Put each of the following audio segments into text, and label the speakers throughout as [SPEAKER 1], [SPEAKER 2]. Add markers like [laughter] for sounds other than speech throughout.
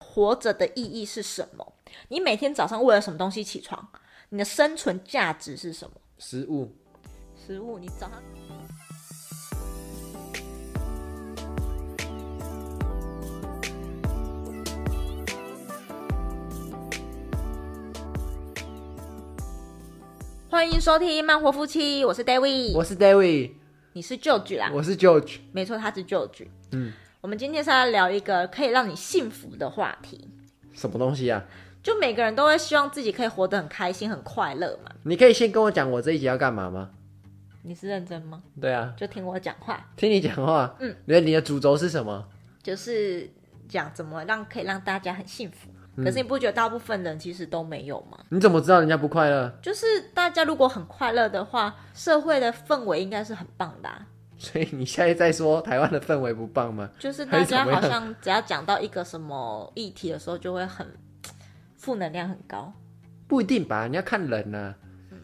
[SPEAKER 1] 活着的意义是什么？你每天早上为了什么东西起床？你的生存价值是什么？
[SPEAKER 2] 食物，
[SPEAKER 1] 食物，你早上。欢迎收听《慢活夫妻》，我是 David，
[SPEAKER 2] 我是 David，
[SPEAKER 1] 你是 George 啦，
[SPEAKER 2] 我是 George，
[SPEAKER 1] 没错，他是 George。
[SPEAKER 2] 嗯，
[SPEAKER 1] 我们今天是要聊一个可以让你幸福的话题，
[SPEAKER 2] 什么东西啊？
[SPEAKER 1] 就每个人都会希望自己可以活得很开心、很快乐嘛。
[SPEAKER 2] 你可以先跟我讲我这一集要干嘛吗？
[SPEAKER 1] 你是认真吗？
[SPEAKER 2] 对啊，
[SPEAKER 1] 就听我讲话，
[SPEAKER 2] 听你讲话，
[SPEAKER 1] 嗯，
[SPEAKER 2] 你的你的主轴是什么？
[SPEAKER 1] 就是讲怎么让可以让大家很幸福。可是你不觉得大部分人其实都没有吗？
[SPEAKER 2] 你怎么知道人家不快乐？ [laughs]
[SPEAKER 1] 就是大家如果很快乐的话，社会的氛围应该是很棒的、啊。
[SPEAKER 2] 所以你现在在说台湾的氛围不棒吗？
[SPEAKER 1] 就是大家
[SPEAKER 2] 还是怎么样
[SPEAKER 1] 好像只要讲到一个什么议题的时候，就会很负能量很高。
[SPEAKER 2] 不一定吧，你要看人呐、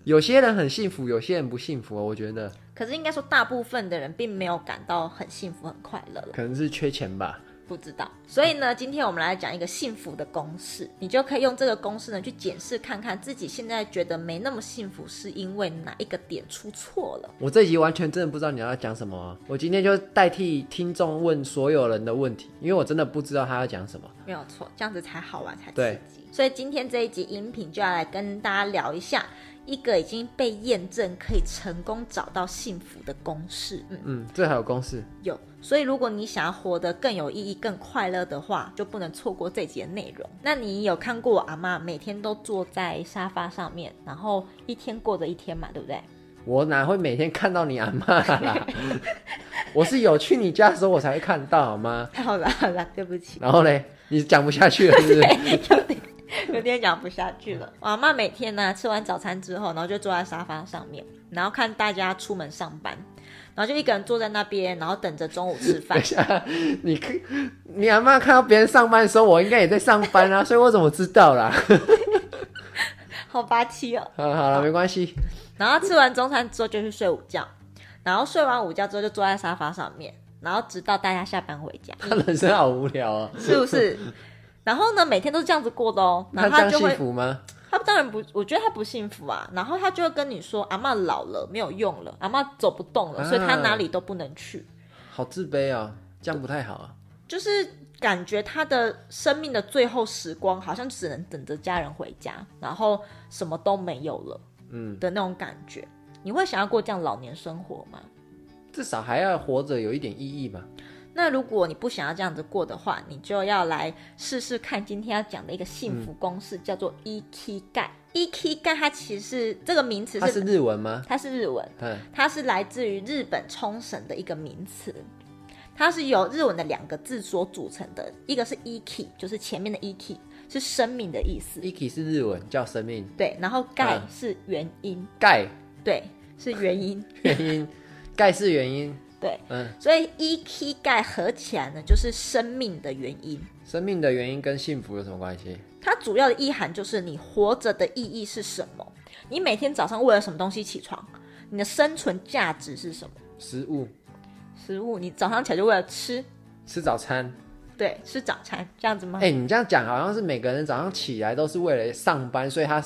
[SPEAKER 2] 有些人很幸福，有些人不幸福、哦。我觉得
[SPEAKER 1] 可是应该说，大部分的人并没有感到很幸福、很快乐了。
[SPEAKER 2] 可能是缺钱吧。
[SPEAKER 1] 不知道。所以呢，今天我们来讲一个幸福的公式，你就可以用这个公式呢去检视看看自己现在觉得没那么幸福，是因为哪一个点出错了。
[SPEAKER 2] 我这一集完全真的不知道你要讲什么啊、我今天就代替听众问所有人的问题，因为我真的不知道他要讲什么。
[SPEAKER 1] 没有错，这样子才好玩，才刺
[SPEAKER 2] 对
[SPEAKER 1] 激。所以今天这一集音频就要来跟大家聊一下一个已经被验证可以成功找到幸福的公式。嗯，
[SPEAKER 2] 嗯，这还有公式。
[SPEAKER 1] 有。所以如果你想要活得更有意义、更快乐的话，就不能错过这集的内容。那你有看过我阿妈每天都坐在沙发上面，然后一天过着一天嘛，对不对？
[SPEAKER 2] 我哪会每天看到你阿妈啦？ [laughs] 我是有去你家的时候我才会看到，好吗？
[SPEAKER 1] [laughs] 好了好了，对不起，
[SPEAKER 2] 然后嘞，你讲不下去了，是不是？
[SPEAKER 1] [laughs] 有点讲不下去了。我阿妈每天呢、吃完早餐之后，然后就坐在沙发上面，然后看大家出门上班，然后就一个人坐在那边，然后等着中午吃饭
[SPEAKER 2] 等一。下， [laughs] 你看你阿妈看到别人上班的时候，我应该也在上班
[SPEAKER 1] [laughs]
[SPEAKER 2] 啊，所以我怎么知道啦？
[SPEAKER 1] [laughs] 好霸气哦！
[SPEAKER 2] 好好了，没关系。
[SPEAKER 1] 然后吃完中餐之后就去睡午觉，然后睡完午觉之后就坐在沙发上面，然后直到大家下班回家，
[SPEAKER 2] 他人生好无
[SPEAKER 1] [laughs]
[SPEAKER 2] 聊 [laughs] 啊、
[SPEAKER 1] 是不是？然后呢，每天都是这样子过的哦。然
[SPEAKER 2] 他
[SPEAKER 1] 后他
[SPEAKER 2] 这样
[SPEAKER 1] 就
[SPEAKER 2] 幸
[SPEAKER 1] 会，
[SPEAKER 2] 福吗？
[SPEAKER 1] 他当然不，我觉得他不幸福啊。然后他就会跟你说，阿嬷老了，没有用了，阿嬷走不动了，
[SPEAKER 2] 啊
[SPEAKER 1] 所以他哪里都不能去，
[SPEAKER 2] 好自卑啊、这样不太好啊。
[SPEAKER 1] 就是。感觉他的生命的最后时光，好像只能等着家人回家，然后什么都没有了
[SPEAKER 2] 嗯，
[SPEAKER 1] 的那种感觉。你会想要过这样老年生活吗？
[SPEAKER 2] 至少还要活着有一点意义嘛。
[SPEAKER 1] 那如果你不想要这样子过的话，你就要来试试看今天要讲的一个幸福公式，叫做 E K 盖。E K 盖它其实是这个名词
[SPEAKER 2] 他
[SPEAKER 1] 是
[SPEAKER 2] 是日文吗？
[SPEAKER 1] 它是日文，
[SPEAKER 2] 嗯，
[SPEAKER 1] 它是来自于日本冲绳的一个名词。它是由日文的两个字所组成的，一个是 e k 就是前面的 e k 是生命的意思，
[SPEAKER 2] i k i 是日文叫生命，
[SPEAKER 1] 对，然后盖
[SPEAKER 2] 嗯
[SPEAKER 1] 是元音，
[SPEAKER 2] 盖
[SPEAKER 1] 对，是元音，
[SPEAKER 2] 原
[SPEAKER 1] [laughs]
[SPEAKER 2] 因，盖是原因。
[SPEAKER 1] 对，
[SPEAKER 2] 嗯，
[SPEAKER 1] 所以 e k 盖合起来呢，就是生命的元音。
[SPEAKER 2] 生命的原因跟幸福有什么关系？
[SPEAKER 1] 它主要的意涵就是你活着的意义是什么？你每天早上为了什么东西起床？你的生存价值是什么？
[SPEAKER 2] 食物，
[SPEAKER 1] 食物，你早上起来就为了吃，
[SPEAKER 2] 吃早餐。
[SPEAKER 1] 对，吃早餐这样子吗？
[SPEAKER 2] 哎、你这样讲好像是每个人早上起来都是为了上班，所以他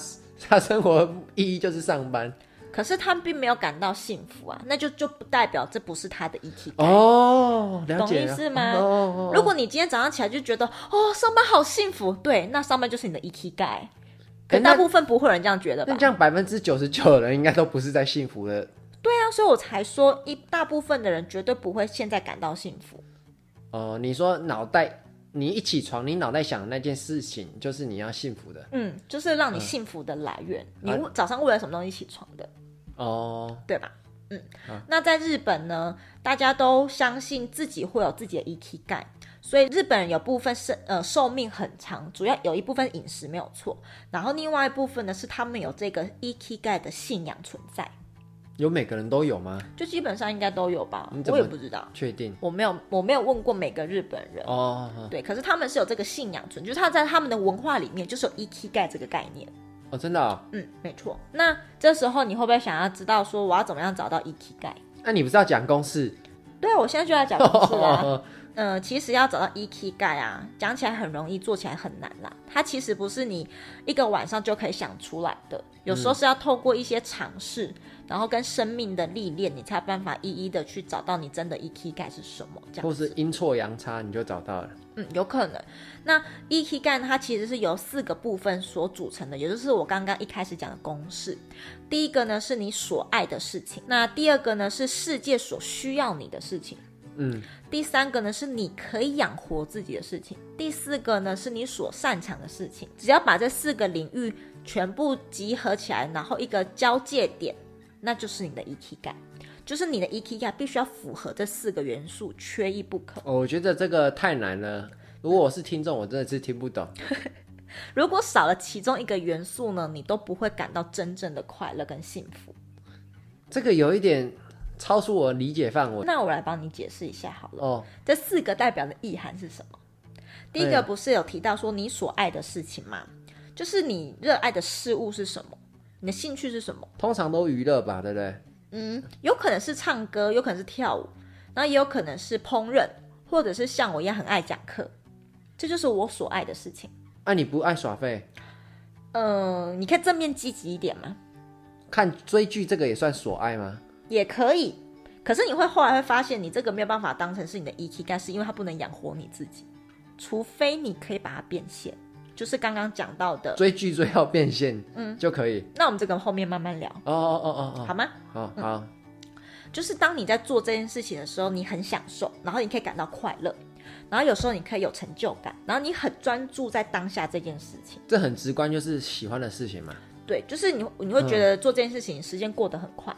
[SPEAKER 2] 他生活的意义就是上班。
[SPEAKER 1] 可是他并没有感到幸福啊，那就就不代表这不是他的 E T
[SPEAKER 2] 哦，了解
[SPEAKER 1] 懂意
[SPEAKER 2] 了
[SPEAKER 1] 思吗
[SPEAKER 2] 哦哦哦
[SPEAKER 1] 如果你今天早上起来就觉得哦上班好幸福，对，那上班就是你的 E T 盖。可
[SPEAKER 2] 哎
[SPEAKER 1] 大
[SPEAKER 2] 那
[SPEAKER 1] 部分不会有人这样觉得吧
[SPEAKER 2] 那？这样百分之九十九的人应该都不是在幸福的，
[SPEAKER 1] 对啊，所以我才说一大部分的人绝对不会现在感到幸福。
[SPEAKER 2] 哦、你说脑袋，你一起床，你脑袋想的那件事情就是你要幸福的
[SPEAKER 1] 嗯，就是让你幸福的来源。你
[SPEAKER 2] 啊
[SPEAKER 1] 为早上为了什么东西起床的，
[SPEAKER 2] 哦。
[SPEAKER 1] 对吧？嗯，
[SPEAKER 2] 啊
[SPEAKER 1] 那在日本呢，大家都相信自己会有自己的 ET 感，所以日本人有部分是呃寿命很长，主要有一部分饮食没有错，然后另外一部分呢是他们有这个 ET 盖的信仰存在，
[SPEAKER 2] 有每个人都有吗？
[SPEAKER 1] 就基本上应该都有吧
[SPEAKER 2] 你，怎
[SPEAKER 1] 我
[SPEAKER 2] 么
[SPEAKER 1] 也不知道，
[SPEAKER 2] 确定
[SPEAKER 1] 我没有我没有问过每个日本人。
[SPEAKER 2] 哦哦
[SPEAKER 1] 对，可是他们是有这个信仰存，就是他在他们的文化里面就是有 ET 盖这个概念。
[SPEAKER 2] 哦，真的、哦？
[SPEAKER 1] 嗯，没错。那这时候你会不会想要知道说我要怎么样找到 ET 盖？
[SPEAKER 2] 那、你不是要讲公式？ [laughs]
[SPEAKER 1] [laughs] 对啊，我现在就要讲公式啦。呃，其实要找到 E K 盖啊，讲起来很容易，做起来很难啦。它其实不是你一个晚上就可以想出来的，有时候是要透过一些尝试，然后跟生命的历练，你才有办法一一的去找到你真的 E K 盖是什么。这样
[SPEAKER 2] 或
[SPEAKER 1] 子
[SPEAKER 2] 是阴错阳差你就找到了。
[SPEAKER 1] 嗯，有可能。那 e k 干它其实是由四个部分所组成的，也就是我刚刚一开始讲的公式。第一个呢是你所爱的事情，那第二个呢是世界所需要你的事情，
[SPEAKER 2] 嗯，
[SPEAKER 1] 第三个呢是你可以养活自己的事情，第四个呢是你所擅长的事情。只要把这四个领域全部集合起来，然后一个交界点，那就是你的 e k 干，就是你的 e k 干必须要符合这四个元素，缺一不可。
[SPEAKER 2] 哦我觉得这个太难了。如果我是听众，我真的是听不懂。
[SPEAKER 1] 如果少了其中一个元素呢，你都不会感到真正的快乐跟幸福。
[SPEAKER 2] 这个有一点超出我理解范围。
[SPEAKER 1] 那我来帮你解释一下好了，
[SPEAKER 2] 哦，
[SPEAKER 1] 这四个代表的意涵是什么？第一
[SPEAKER 2] 对
[SPEAKER 1] 个
[SPEAKER 2] 啊
[SPEAKER 1] 不是有提到说你所爱的事情吗？就是你热爱的事物是什么？你的兴趣是什么？
[SPEAKER 2] 通常都娱乐吧，对不对？
[SPEAKER 1] 嗯，有可能是唱歌，有可能是跳舞，然后也有可能是烹饪，或者是像我一样很爱讲课，这就是我所爱的事情。
[SPEAKER 2] 啊，你不爱耍废，
[SPEAKER 1] 嗯、你可以正面积极一点吗？
[SPEAKER 2] 看追剧这个也算所爱吗？
[SPEAKER 1] 也可以。可是你会后来会发现，你这个没有办法当成是你的 E K 该是因为它不能养活你自己，除非你可以把它变现，就是刚刚讲到的。
[SPEAKER 2] 追剧追到变现，嗯，就可以。
[SPEAKER 1] 那我们这个后面慢慢聊，
[SPEAKER 2] 哦哦哦哦
[SPEAKER 1] 好嗯吗？
[SPEAKER 2] 哦，好好，
[SPEAKER 1] 就是当你在做这件事情的时候，你很享受，然后你可以感到快乐，然后有时候你可以有成就感，然后你很专注在当下这件事情。
[SPEAKER 2] 这很直观，就是喜欢的事情嘛。
[SPEAKER 1] 对，就是你你会觉得做这件事情时间过得很快，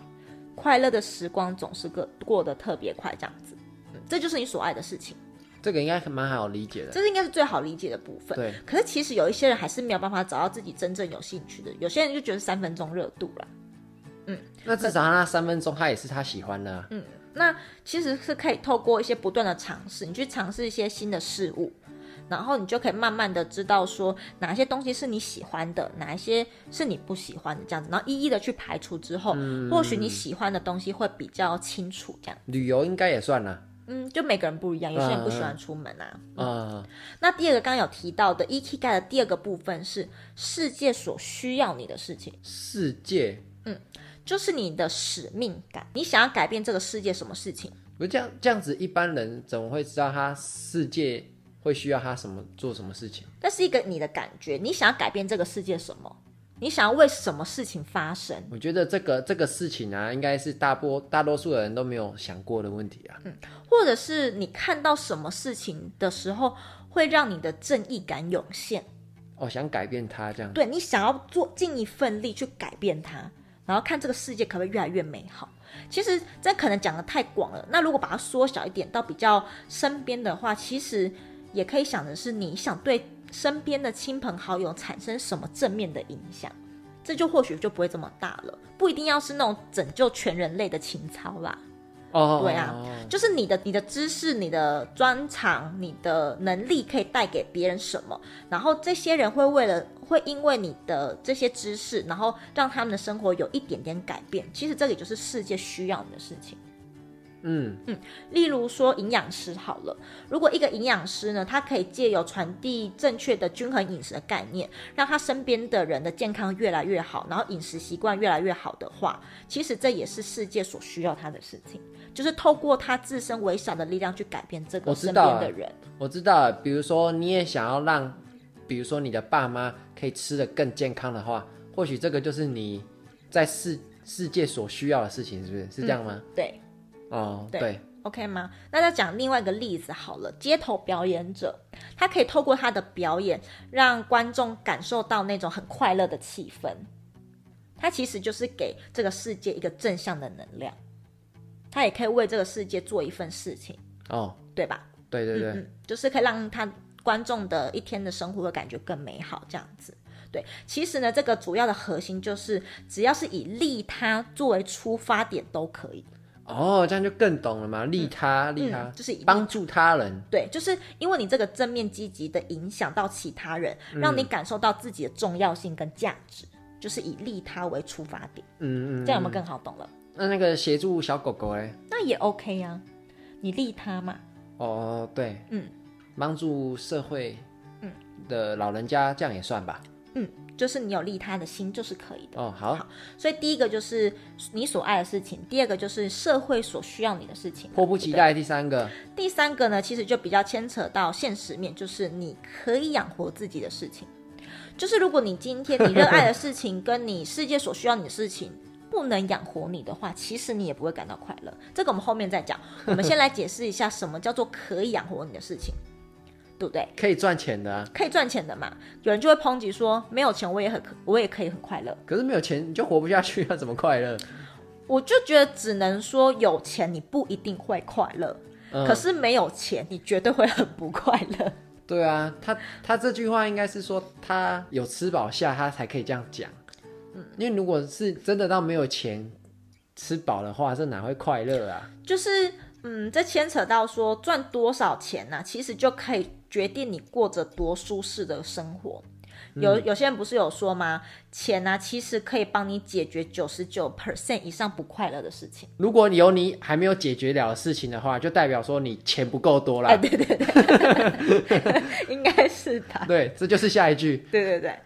[SPEAKER 1] 快乐的时光总是个过得特别快，这样子，嗯，这就是你所爱的事情。
[SPEAKER 2] 这个应该蛮好理解的。
[SPEAKER 1] 这是应该是最好理解的部分。
[SPEAKER 2] 对，
[SPEAKER 1] 可是其实有一些人还是没有办法找到自己真正有兴趣的，有些人就觉得三分钟热度啦。
[SPEAKER 2] 那至少他那三分钟，他也是他喜欢的啊、
[SPEAKER 1] 嗯那其实是可以透过一些不断的尝试，你去尝试一些新的事物，然后你就可以慢慢的知道说哪些东西是你喜欢的，哪一些是你不喜欢的，这样子，然后一一的去排除之后，
[SPEAKER 2] 嗯
[SPEAKER 1] 或许你喜欢的东西会比较清楚，这样，
[SPEAKER 2] 旅游应该也算了。
[SPEAKER 1] 嗯，就每个人不一样，有些人不喜
[SPEAKER 2] 嗯
[SPEAKER 1] 欢出门啊，
[SPEAKER 2] 啊、
[SPEAKER 1] 那第二个刚刚有提到的 E K 盖的第二个部分是世界所需要你的事情，
[SPEAKER 2] 世界，
[SPEAKER 1] 就是你的使命感。你想要改变这个世界什么事情？
[SPEAKER 2] 不这样这样子，一般人怎么会知道他世界会需要他什么做什么事情？
[SPEAKER 1] 那是一个你的感觉，你想要改变这个世界什么？你想要为什么事情发生？
[SPEAKER 2] 我觉得这个这个事情啊，应该是大波大多数的人都没有想过的问题啊。
[SPEAKER 1] 嗯或者是你看到什么事情的时候，会让你的正义感涌现？
[SPEAKER 2] 哦，想改变他这样，
[SPEAKER 1] 对你想要做尽一份力去改变它，然后看这个世界可不可以越来越美好。其实这可能讲的太广了，那如果把它缩小一点到比较身边的话，其实也可以想的是你想对身边的亲朋好友产生什么正面的影响，这就或许就不会这么大了，不一定要是那种拯救全人类的情操啦。
[SPEAKER 2] 哦，
[SPEAKER 1] 对啊
[SPEAKER 2] 哦
[SPEAKER 1] 就是你的你的知识、你的专长、你的能力可以带给别人什么，然后这些人会为了会因为你的这些知识，然后让他们的生活有一点点改变。其实这个就是世界需要你的事情。
[SPEAKER 2] 嗯，
[SPEAKER 1] 例如说营养师好了，如果一个营养师呢，他可以借由传递正确的均衡饮食的概念，让他身边的人的健康越来越好，然后饮食习惯越来越好的话，其实这也是世界所需要他的事情，就是透过他自身微小的力量去改变这个
[SPEAKER 2] 我知
[SPEAKER 1] 身
[SPEAKER 2] 道
[SPEAKER 1] 边
[SPEAKER 2] 啊
[SPEAKER 1] 的人。
[SPEAKER 2] 我知道了。比如说，你也想要让，比如说你的爸妈可以吃的更健康的话，或许这个就是你在世世界所需要的事情，是不是？是这样吗？
[SPEAKER 1] 对
[SPEAKER 2] 哦，
[SPEAKER 1] 嗯对
[SPEAKER 2] 对，
[SPEAKER 1] ，OK 吗？那再讲另外一个例子好了，街头表演者，他可以透过他的表演，让观众感受到那种很快乐的气氛。他其实就是给这个世界一个正向的能量，他也可以为这个世界做一份事情，
[SPEAKER 2] 哦，
[SPEAKER 1] 对吧？
[SPEAKER 2] 对对对，
[SPEAKER 1] 嗯，就是可以让他观众的一天的生活的感觉更美好，这样子。对，其实呢，这个主要的核心就是，只要是以利他作为出发点都可以。
[SPEAKER 2] 哦，这样就更懂了嘛，利
[SPEAKER 1] 嗯
[SPEAKER 2] 他，利他，
[SPEAKER 1] 就是以
[SPEAKER 2] 帮助他人。
[SPEAKER 1] 对，就是因为你这个正面积极的影响到其他人，
[SPEAKER 2] 嗯
[SPEAKER 1] 让你感受到自己的重要性跟价值，就是以利他为出发点，
[SPEAKER 2] 嗯嗯，
[SPEAKER 1] 这样有没有更好懂了？
[SPEAKER 2] 那那个协助小狗狗嘞？
[SPEAKER 1] 那也 OK 啊，你利他嘛，
[SPEAKER 2] 哦，对，
[SPEAKER 1] 嗯，
[SPEAKER 2] 帮助社会，
[SPEAKER 1] 嗯
[SPEAKER 2] 的老人家这样也算吧。
[SPEAKER 1] 就是你有利他的心就是可以的。
[SPEAKER 2] 哦，好，
[SPEAKER 1] 好所以第一个就是你所爱的事情，第二个就是社会所需要你的事情。
[SPEAKER 2] 迫不及待。第三个，
[SPEAKER 1] 第三个呢，其实就比较牵扯到现实面，就是你可以养活自己的事情。就是如果你今天你热爱的事情跟你世界所需要你的事情不能养活你的话，其实你也不会感到快乐。这个我们后面再讲。我们先来解释一下什么叫做可以养活你的事情，对不对？
[SPEAKER 2] 可以赚钱的、啊，
[SPEAKER 1] 可以赚钱的嘛，有人就会抨击说没有钱我也很我也可以很快乐。
[SPEAKER 2] 可是没有钱你就活不下去，那怎么快乐？
[SPEAKER 1] 我就觉得只能说有钱你不一定会快乐，
[SPEAKER 2] 嗯
[SPEAKER 1] 可是没有钱你绝对会很不快乐。
[SPEAKER 2] 对啊，他他这句话应该是说他有吃饱下，他才可以这样讲。因为如果是真的到没有钱吃饱的话，这哪会快乐啊？
[SPEAKER 1] 就是嗯，这牵扯到说赚多少钱呢、其实就可以决定你过着多舒适的生活。有有些人不是有说吗？钱呢、其实可以帮你解决九十九 percent 以上不快乐的事情。
[SPEAKER 2] 如果你有你还没有解决了的事情的话，就代表说你钱不够多啦。
[SPEAKER 1] 哎，对对对， [laughs] 应该是吧？
[SPEAKER 2] [laughs] 对，这就是下一句。
[SPEAKER 1] 对对对。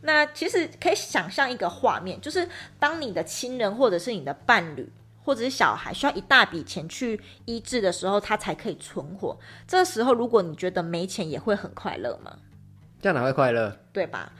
[SPEAKER 1] 那其实可以想象一个画面，就是当你的亲人或者是你的伴侣或者是小孩需要一大笔钱去医治的时候，他才可以存活。这时候，如果你觉得没钱也会很快乐吗？
[SPEAKER 2] 这样哪会快乐？
[SPEAKER 1] 对吧？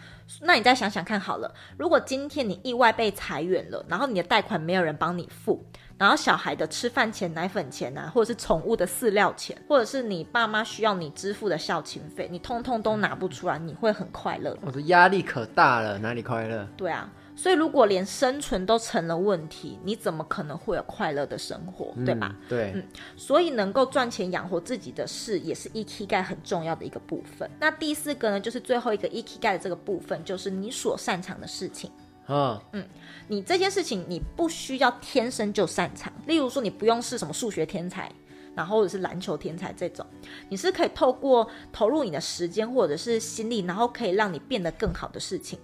[SPEAKER 1] 那你再想想看好了，如果今天你意外被裁员了，然后你的贷款没有人帮你付，然后小孩的吃饭钱、奶粉钱啊，或者是宠物的饲料钱，或者是你爸妈需要你支付的孝亲费，你通通都拿不出来，你会很快乐吗
[SPEAKER 2] 我的压力可大了，哪里快乐？
[SPEAKER 1] 对啊，所以如果连生存都成了问题，你怎么可能会有快乐的生活，对吧？
[SPEAKER 2] 嗯？对，
[SPEAKER 1] 所以能够赚钱养活自己的事，也是 E K 盖很重要的一个部分。那第四个呢，就是最后一个 E K 盖的这个部分，就是你所擅长的事情。
[SPEAKER 2] 嗯，
[SPEAKER 1] 你这件事情，你不需要天生就擅长。例如说，你不用是什么数学天才，然后或者是篮球天才这种，你是可以透过投入你的时间或者是心力，然后可以让你变得更好的事情。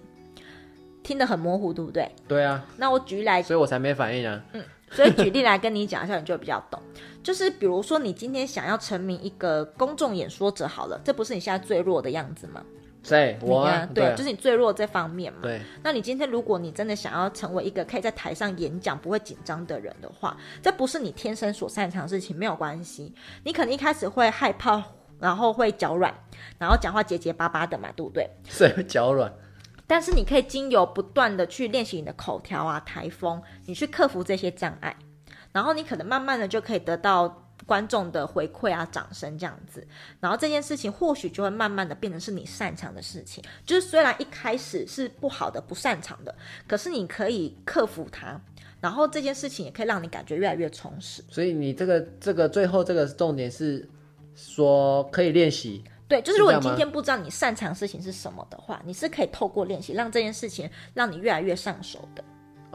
[SPEAKER 1] 听得很模糊，对不对？
[SPEAKER 2] 对啊，
[SPEAKER 1] 那我举例来，
[SPEAKER 2] 所以我才没反应啊。
[SPEAKER 1] 嗯所以举例来跟你讲一下，你就会比较懂。就是比如说，你今天想要成名一个公众演说者，好了，这不是你现在最弱的样子吗？
[SPEAKER 2] 谁？我
[SPEAKER 1] 你
[SPEAKER 2] 啊
[SPEAKER 1] 呀，
[SPEAKER 2] 对
[SPEAKER 1] 对，
[SPEAKER 2] 啊
[SPEAKER 1] 就是你最弱这方面嘛。
[SPEAKER 2] 对，
[SPEAKER 1] 那你今天如果你真的想要成为一个可以在台上演讲不会紧张的人的话，这不是你天生所擅长的事情，没有关系。你可能一开始会害怕，然后会脚软，然后讲话结结巴巴的嘛，对不对？
[SPEAKER 2] 谁会脚软？
[SPEAKER 1] 但是你可以经由不断的去练习你的口条啊、台风，你去克服这些障碍，然后你可能慢慢的就可以得到观众的回馈啊、掌声这样子，然后这件事情或许就会慢慢的变成是你擅长的事情。就是虽然一开始是不好的、不擅长的，可是你可以克服它，然后这件事情也可以让你感觉越来越充实。
[SPEAKER 2] 所以你这个这个最后这个重点是说可以练习，
[SPEAKER 1] 对，就是如果你
[SPEAKER 2] 是这
[SPEAKER 1] 今
[SPEAKER 2] 样吗
[SPEAKER 1] 天不知道你擅长的事情是什么的话，你是可以透过练习让这件事情让你越来越上手的。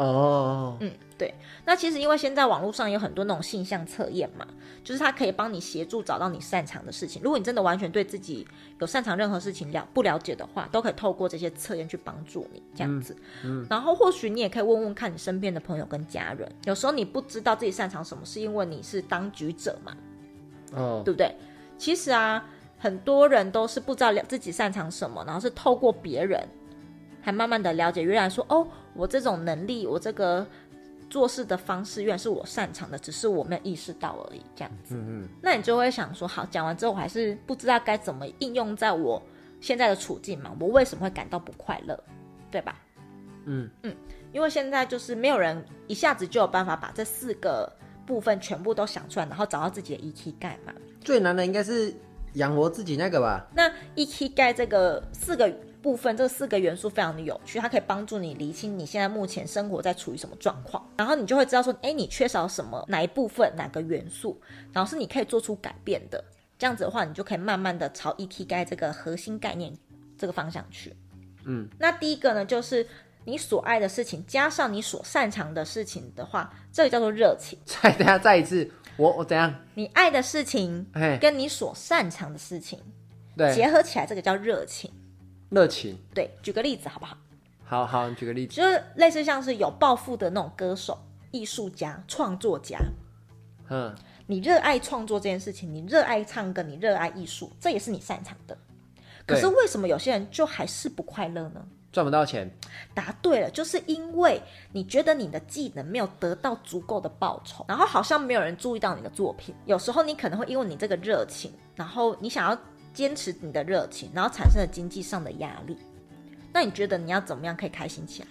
[SPEAKER 2] 哦，
[SPEAKER 1] 嗯，对。那其实因为现在网络上有很多那种性向测验嘛，就是它可以帮你协助找到你擅长的事情。如果你真的完全对自己有擅长任何事情了不了解的话，都可以透过这些测验去帮助你这样子。嗯然后或许你也可以问问看你身边的朋友跟家人，有时候你不知道自己擅长什么，是因为你是当局者嘛，
[SPEAKER 2] 哦，
[SPEAKER 1] 对不对？其实啊，很多人都是不知道了自己擅长什么，然后是透过别人，还慢慢的了解，原来说哦，我这种能力，我这个做事的方式，原来是我擅长的，只是我没有意识到而已，这样子。
[SPEAKER 2] 嗯嗯，
[SPEAKER 1] 那你就会想说，好，讲完之后，我还是不知道该怎么应用在我现在的处境嘛，我为什么会感到不快乐，对吧？
[SPEAKER 2] 嗯
[SPEAKER 1] 嗯，因为现在就是没有人一下子就有办法把这四个部分全部都想出来，然后找到自己的 E K 盖嘛。
[SPEAKER 2] 最难的应该是养活自己那个吧。
[SPEAKER 1] 那 e k 盖这个四个部分，这四个元素非常的有趣，它可以帮助你厘清你现在目前生活在处于什么状况，然后你就会知道说，哎，你缺少什么哪一部分哪个元素，然后是你可以做出改变的。这样子的话，你就可以慢慢的朝 e k 盖这个核心概念这个方向去。
[SPEAKER 2] 嗯，
[SPEAKER 1] 那第一个呢，就是你所爱的事情加上你所擅长的事情的话，这个叫做热情。
[SPEAKER 2] 再等一下再一次，我我怎样？
[SPEAKER 1] 你爱的事情
[SPEAKER 2] 哎，
[SPEAKER 1] 跟你所擅长的事情
[SPEAKER 2] 对，
[SPEAKER 1] 结合起来，这个叫热情。
[SPEAKER 2] 热情。
[SPEAKER 1] 对，举个例子好不好？
[SPEAKER 2] 好好，你举个例子。
[SPEAKER 1] 就是类似像是有抱负的那种歌手、艺术家、创作家，
[SPEAKER 2] 嗯，
[SPEAKER 1] 你热爱创作这件事情，你热爱唱歌，你热爱艺术，这也是你擅长的。可是
[SPEAKER 2] 对
[SPEAKER 1] 为什么有些人就还是不快乐呢？
[SPEAKER 2] 赚不到钱，
[SPEAKER 1] 答对了，就是因为你觉得你的技能没有得到足够的报酬，然后好像没有人注意到你的作品。有时候你可能会因为你这个热情，然后你想要坚持你的热情，然后产生了经济上的压力。那你觉得你要怎么样可以开心起来？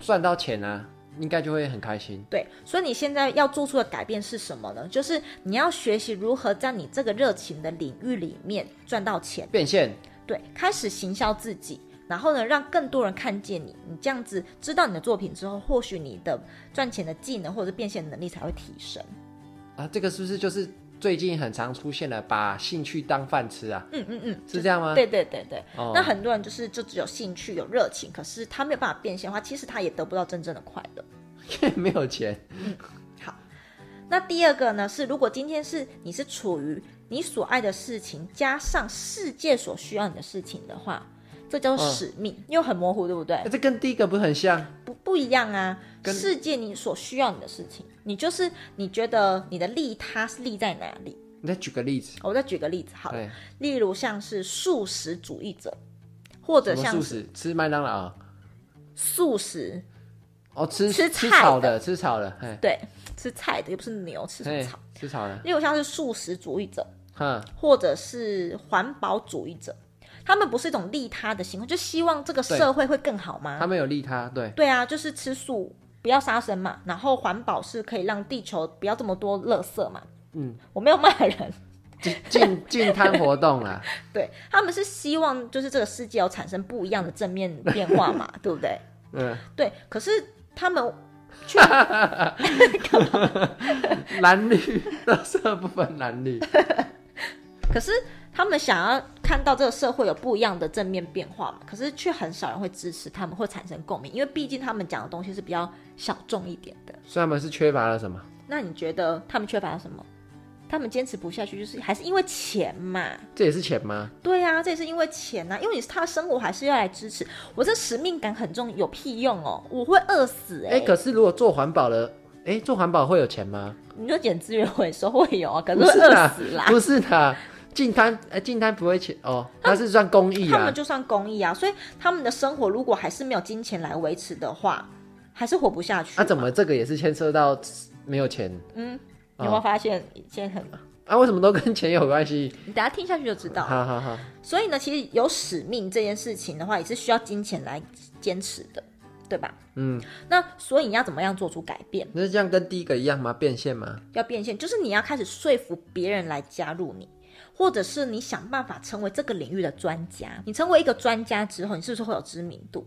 [SPEAKER 2] 赚到钱啊，应该就会很开心。
[SPEAKER 1] 对，所以你现在要做出的改变是什么呢？就是你要学习如何在你这个热情的领域里面赚到钱，
[SPEAKER 2] 变现，
[SPEAKER 1] 对，开始行销自己，然后呢，让更多人看见你。你这样子知道你的作品之后，或许你的赚钱的技能或者是变现能力才会提升。
[SPEAKER 2] 啊，这个是不是就是最近很常出现的，把兴趣当饭吃啊？
[SPEAKER 1] 嗯嗯嗯，
[SPEAKER 2] 是这样吗？
[SPEAKER 1] 对对对对。
[SPEAKER 2] 哦
[SPEAKER 1] 那很多人就是就只有兴趣有热情，可是他没有办法变现的话，其实他也得不到真正的快乐。
[SPEAKER 2] [laughs] 没有钱，
[SPEAKER 1] 那第二个呢是，如果今天是你是处于你所爱的事情加上世界所需要你的事情的话，这叫做
[SPEAKER 2] 嗯
[SPEAKER 1] 使命，又很模糊，对不对
[SPEAKER 2] 哎？这跟第一个不是很像？
[SPEAKER 1] 不不一样啊！
[SPEAKER 2] 跟
[SPEAKER 1] 世界你所需要你的事情，你就是你觉得你的利他是利在哪里？哦
[SPEAKER 2] 你再举个例子，哎
[SPEAKER 1] 我再举个例子好了，
[SPEAKER 2] 对，
[SPEAKER 1] 例如像是素食主义者，或者
[SPEAKER 2] 什么
[SPEAKER 1] 像
[SPEAKER 2] 素
[SPEAKER 1] 是
[SPEAKER 2] 食，吃麦当劳啊，
[SPEAKER 1] 素食，
[SPEAKER 2] 哦，吃
[SPEAKER 1] 吃
[SPEAKER 2] 吃
[SPEAKER 1] 菜
[SPEAKER 2] 炒
[SPEAKER 1] 的
[SPEAKER 2] 的，吃炒的，嘿，
[SPEAKER 1] 对，吃菜的又不是牛，吃什么
[SPEAKER 2] 嘿
[SPEAKER 1] 草？，啊
[SPEAKER 2] 吃炒的，
[SPEAKER 1] 例如像是素食主义者，
[SPEAKER 2] 哈，
[SPEAKER 1] 或者是环保主义者，他们不是一种利他的行为，就希望这个社会会更好吗
[SPEAKER 2] 他？们有利他，对，
[SPEAKER 1] 对啊，就是吃素，不要杀生嘛，然后环保是可以让地球不要这么多垃圾嘛。
[SPEAKER 2] 嗯，
[SPEAKER 1] 我没有骂人， [laughs]
[SPEAKER 2] 进进进摊活动啦，
[SPEAKER 1] 对他们是希望就是这个世界有产生不一样的正面变化嘛，对不对？
[SPEAKER 2] 嗯，
[SPEAKER 1] 对，可是他们
[SPEAKER 2] 蓝绿， [laughs] 垃圾不分蓝绿，
[SPEAKER 1] 可是他们想要看到这个社会有不一样的正面变化嘛，可是却很少人会支持他们，会产生共鸣，因为毕竟他们讲的东西是比较小众一点的。
[SPEAKER 2] 所以他们是缺乏了什么？
[SPEAKER 1] 那你觉得他们缺乏什么？他们坚持不下去，就是还是因为钱嘛？
[SPEAKER 2] 这也是钱吗？
[SPEAKER 1] 对啊，这也是因为钱呐、因为你是他的生活还是要来支持。我这使命感很重，有屁用哦！我会饿死哎、
[SPEAKER 2] 哎，可是如果做环保的，哎，做环保会有钱吗？
[SPEAKER 1] 你说捡资源回收会有啊，可是
[SPEAKER 2] 不
[SPEAKER 1] 会
[SPEAKER 2] 是
[SPEAKER 1] 饿
[SPEAKER 2] 啦
[SPEAKER 1] 死啦，。
[SPEAKER 2] 不是啦，进摊哎，进摊不会钱哦，它是算公益
[SPEAKER 1] 他们
[SPEAKER 2] 啦，
[SPEAKER 1] 就算公益啊，所以他们的生活如果还是没有金钱来维持的话，还是活不下去。
[SPEAKER 2] 啊，怎么这个也是牵涉到没有钱
[SPEAKER 1] 你有没有发现一件很？
[SPEAKER 2] 啊？为什么都跟钱有关系？ [laughs]
[SPEAKER 1] 你等一下听下去就知道。
[SPEAKER 2] 好好好，
[SPEAKER 1] 所以呢，其实有使命这件事情的话，也是需要金钱来坚持的，对吧？
[SPEAKER 2] 嗯，
[SPEAKER 1] 那所以你要怎么样做出改变？
[SPEAKER 2] 那这样跟第一个一样吗？变现吗？
[SPEAKER 1] 要变现，就是你要开始说服别人来加入你，或者是你想办法成为这个领域的专家。你成为一个专家之后，你是不是会有知名度？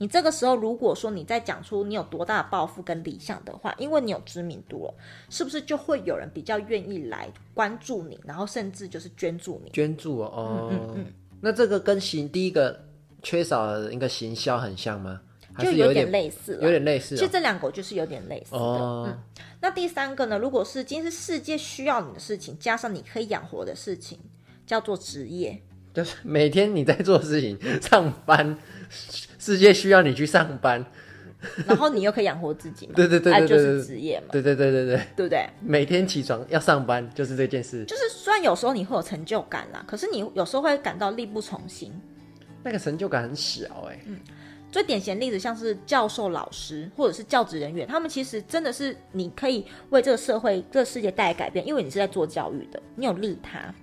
[SPEAKER 1] 你这个时候如果说你再讲出你有多大的抱负跟理想的话，因为你有知名度了，是不是就会有人比较愿意来关注你，然后甚至就是捐助你？
[SPEAKER 2] 捐助哦，哦
[SPEAKER 1] 嗯
[SPEAKER 2] 那这个跟行第一个缺少了一个行销很像吗？还
[SPEAKER 1] 就是
[SPEAKER 2] 有
[SPEAKER 1] 点
[SPEAKER 2] 点
[SPEAKER 1] 类似了，
[SPEAKER 2] 有点类似
[SPEAKER 1] 其实这嗯两个我就是有点类似的。
[SPEAKER 2] 哦哦，
[SPEAKER 1] 那第三个呢？如果是今天是世界需要你的事情，加上你可以养活的事情，叫做职业。
[SPEAKER 2] 就是每天你在做的事情，上班，世界需要你去上班，
[SPEAKER 1] 然后你又可以养活自己嘛，
[SPEAKER 2] 对对对
[SPEAKER 1] 哎
[SPEAKER 2] 对
[SPEAKER 1] 就
[SPEAKER 2] 对
[SPEAKER 1] 是
[SPEAKER 2] 对
[SPEAKER 1] 职业嘛，
[SPEAKER 2] 对对对对对，
[SPEAKER 1] 对不对？
[SPEAKER 2] 每天起床要上班就是这件事，
[SPEAKER 1] 就是虽然有时候你会有成就感啦，可是你有时候会感到力不从心。
[SPEAKER 2] 那个成就感很小哎、
[SPEAKER 1] 嗯最典型的例子像是教授、老师或者是教职人员，他们其实真的是你可以为这个社会、这个世界带来改变，因为你是在做教育的，你有利他。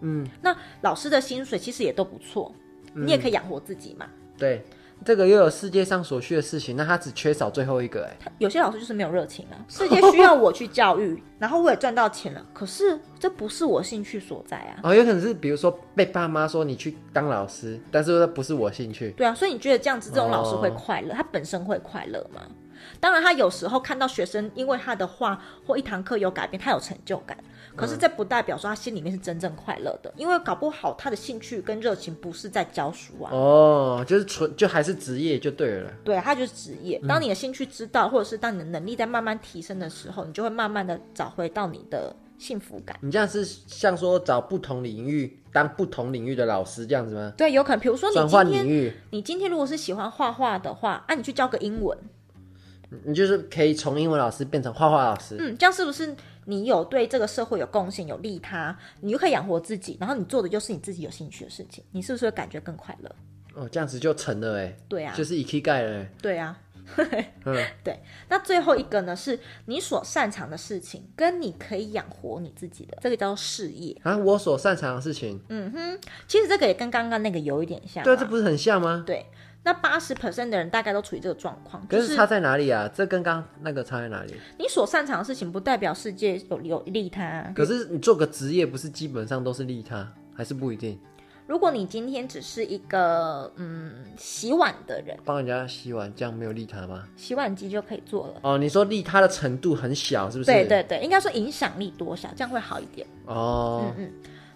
[SPEAKER 2] 嗯，
[SPEAKER 1] 那老师的薪水其实也都不错，你也可以养活自己嘛。
[SPEAKER 2] 对，这个又有世界上所需的事情，那他只缺少最后一个哎、
[SPEAKER 1] 有些老师就是没有热情啊。
[SPEAKER 2] [laughs]
[SPEAKER 1] 世界需要我去教育，然后我也赚到钱了，可是这不是我兴趣所在啊。
[SPEAKER 2] 哦，有可能是比如说被爸妈说你去当老师，但是那不是我兴趣，
[SPEAKER 1] 对啊，所以你觉得这样子这种老师会
[SPEAKER 2] 哦
[SPEAKER 1] 快乐？他本身会快乐吗？当然，他有时候看到学生因为他的话或一堂课有改变，他有成就感。
[SPEAKER 2] 嗯
[SPEAKER 1] 可是这不代表说他心里面是真正快乐的，因为搞不好他的兴趣跟热情不是在教书啊。
[SPEAKER 2] 哦，就是纯就还是职业就对了。
[SPEAKER 1] 对啊，他就是职业。
[SPEAKER 2] 嗯
[SPEAKER 1] 当你的兴趣知道，或者是当你的能力在慢慢提升的时候，你就会慢慢的找回到你的幸福感。
[SPEAKER 2] 你这样是像说找不同领域当不同领域的老师这样子吗？
[SPEAKER 1] 对，有可能，比如说你
[SPEAKER 2] 转
[SPEAKER 1] 今
[SPEAKER 2] 换领
[SPEAKER 1] 天
[SPEAKER 2] 域，
[SPEAKER 1] 你今天如果是喜欢画画的话，啊，你去教个英文，
[SPEAKER 2] 你就是可以从英文老师变成画画老师。
[SPEAKER 1] 嗯，这样是不是你有对这个社会有贡献、有利他，你又可以养活自己，然后你做的就是你自己有兴趣的事情，你是不是会感觉更快乐？
[SPEAKER 2] 哦，这样子就成了哎，
[SPEAKER 1] 对啊
[SPEAKER 2] 就，是 key 盖了欸，
[SPEAKER 1] 对啊。
[SPEAKER 2] [laughs] 嗯，
[SPEAKER 1] [laughs] 对，那最后一个呢，是你所擅长的事情，跟你可以养活你自己的，这个叫做事业。
[SPEAKER 2] 啊，我所擅长的事情，
[SPEAKER 1] 嗯其实这个也跟刚刚那个有一点像啊。
[SPEAKER 2] 对啊，这不是很像吗？
[SPEAKER 1] 对，那八十 percent 的人大概都处于这个状况，
[SPEAKER 2] 可
[SPEAKER 1] 就是
[SPEAKER 2] 差在哪里啊？这跟刚那个差在哪里？
[SPEAKER 1] 你所擅长的事情，不代表世界有有利他啊。
[SPEAKER 2] 可是你做个职业，不是基本上都是利他，还是不一定
[SPEAKER 1] 如果你今天只是一个嗯洗碗的人，
[SPEAKER 2] 帮人家洗碗，这样没有利他吗？
[SPEAKER 1] 洗碗机就可以做了。
[SPEAKER 2] 哦，你说利他的程度很小，是不是？
[SPEAKER 1] 对对对，应该说影响力多少，这样会好一点。
[SPEAKER 2] 哦，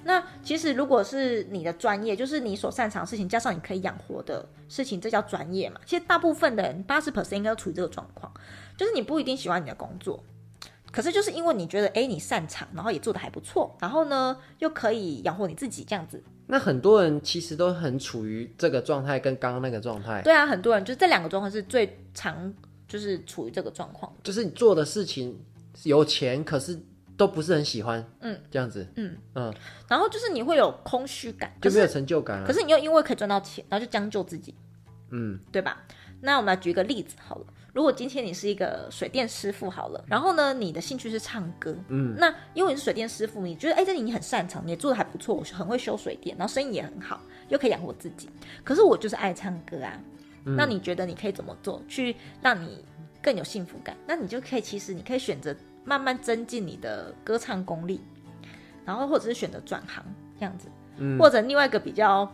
[SPEAKER 1] 那其实如果是你的专业，就是你所擅长的事情，加上你可以养活的事情，这叫专业嘛。其实大部分的人八十 percent 应该都处于这个状况，就是你不一定喜欢你的工作，可是就是因为你觉得诶你擅长，然后也做得还不错，然后呢又可以养活你自己这样子。
[SPEAKER 2] 那很多人其实都很处于这个状态，跟刚刚那个状态，
[SPEAKER 1] 对啊，很多人就是这两个状况是最常就是处于这个状况。
[SPEAKER 2] 就是你做的事情有钱，可是都不是很喜欢，嗯，这样子，嗯嗯，
[SPEAKER 1] 然后就是你会有空虚感，可
[SPEAKER 2] 就
[SPEAKER 1] 是
[SPEAKER 2] 没有成就感了、啊
[SPEAKER 1] 可是你又因为可以赚到钱，然后就将就自己，
[SPEAKER 2] 嗯，
[SPEAKER 1] 对吧？那我们来举一个例子好了。如果今天你是一个水电师傅好了，然后呢，你的兴趣是唱歌，嗯，那因为你是水电师傅，你觉得哎，这里你很擅长，你也做的还不错，我很会修水电，然后生意也很好，又可以养活自己。可是我就是爱唱歌啊，那你觉得你可以怎么做去让你更有幸福感？那你就可以，其实你可以选择慢慢增进你的歌唱功力，然后或者是选择转行这样子，或者另外一个比较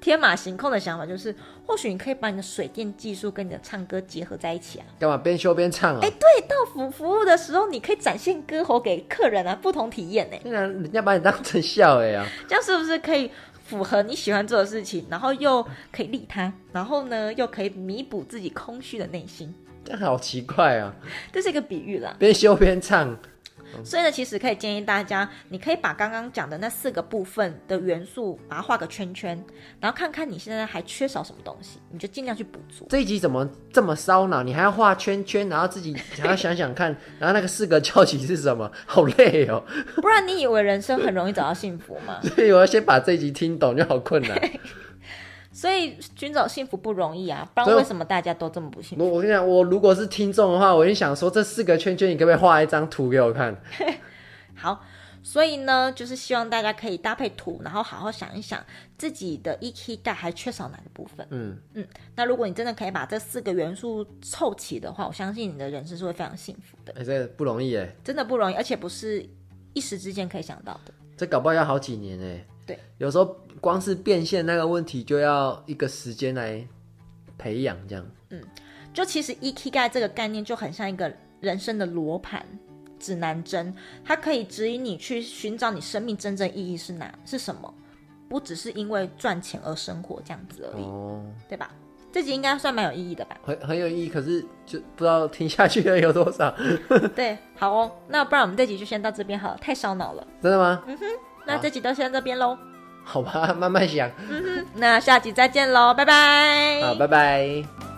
[SPEAKER 1] 天马行空的想法就是，或许你可以把你的水电技术跟你的唱歌结合在一起啊。
[SPEAKER 2] 干嘛边修边唱啊？
[SPEAKER 1] 哎到服服务的时候，你可以展现歌喉给客人啊，不同体验呢、
[SPEAKER 2] 竟然人家把你当成笑哎啊！
[SPEAKER 1] 这样是不是可以符合你喜欢做的事情，然后又可以利他，然后呢又可以弥补自己空虚的内心？
[SPEAKER 2] 这样好奇怪啊！
[SPEAKER 1] 这是一个比喻啦。
[SPEAKER 2] 边修边唱，
[SPEAKER 1] 所以呢，其实可以建议大家，你可以把刚刚讲的那四个部分的元素，把它画个圈圈，然后看看你现在还缺少什么东西，你就尽量去补足。
[SPEAKER 2] 这一集怎么这么烧脑？你还要画圈圈，然后自己还要想想看， [laughs] 然后那个四个教起是什么？好累哦！
[SPEAKER 1] 不然你以为人生很容易找到幸福吗？
[SPEAKER 2] 所以我要先把这一集听懂，就好困
[SPEAKER 1] [laughs]
[SPEAKER 2] 难。
[SPEAKER 1] 所以寻找幸福不容易啊，不
[SPEAKER 2] 所
[SPEAKER 1] 然
[SPEAKER 2] 以我
[SPEAKER 1] 为什么大家都这么不幸福？
[SPEAKER 2] 我我跟你讲，我如果是听众的话，我就想说这四个圈圈，你可不可以画一张图给我看？
[SPEAKER 1] 好，所以呢，就是希望大家可以搭配图，然后好好想一想自己的 e k 盖还缺少哪个部分。
[SPEAKER 2] 嗯
[SPEAKER 1] 嗯，那如果你真的可以把这四个元素凑齐的话，我相信你的人生是会非常幸福的，
[SPEAKER 2] 哎、这个不容易哎，
[SPEAKER 1] 真的不容易，而且不是一时之间可以想到的。
[SPEAKER 2] 这搞不好要好几年哎。
[SPEAKER 1] 对，
[SPEAKER 2] 有时候光是变现那个问题，就要一个时间来培养这样。
[SPEAKER 1] 就其实 e k 盖这个概念就很像一个人生的罗盘。指南针，它可以指引你去寻找你生命真正意义是哪是什么，不只是因为赚钱而生活这样子而已。
[SPEAKER 2] 哦，？
[SPEAKER 1] 对吧？这集应该算蛮有意义的吧
[SPEAKER 2] 很很有意义，可是就不知道听下去的有多少。
[SPEAKER 1] 对，好哦，那不然我们这集就先到这边好了，太烧脑了。
[SPEAKER 2] 真的吗？
[SPEAKER 1] 嗯那这集就先到这边喽，
[SPEAKER 2] 好吧，慢慢想。
[SPEAKER 1] 那下集再见喽，拜拜。
[SPEAKER 2] 好，拜拜。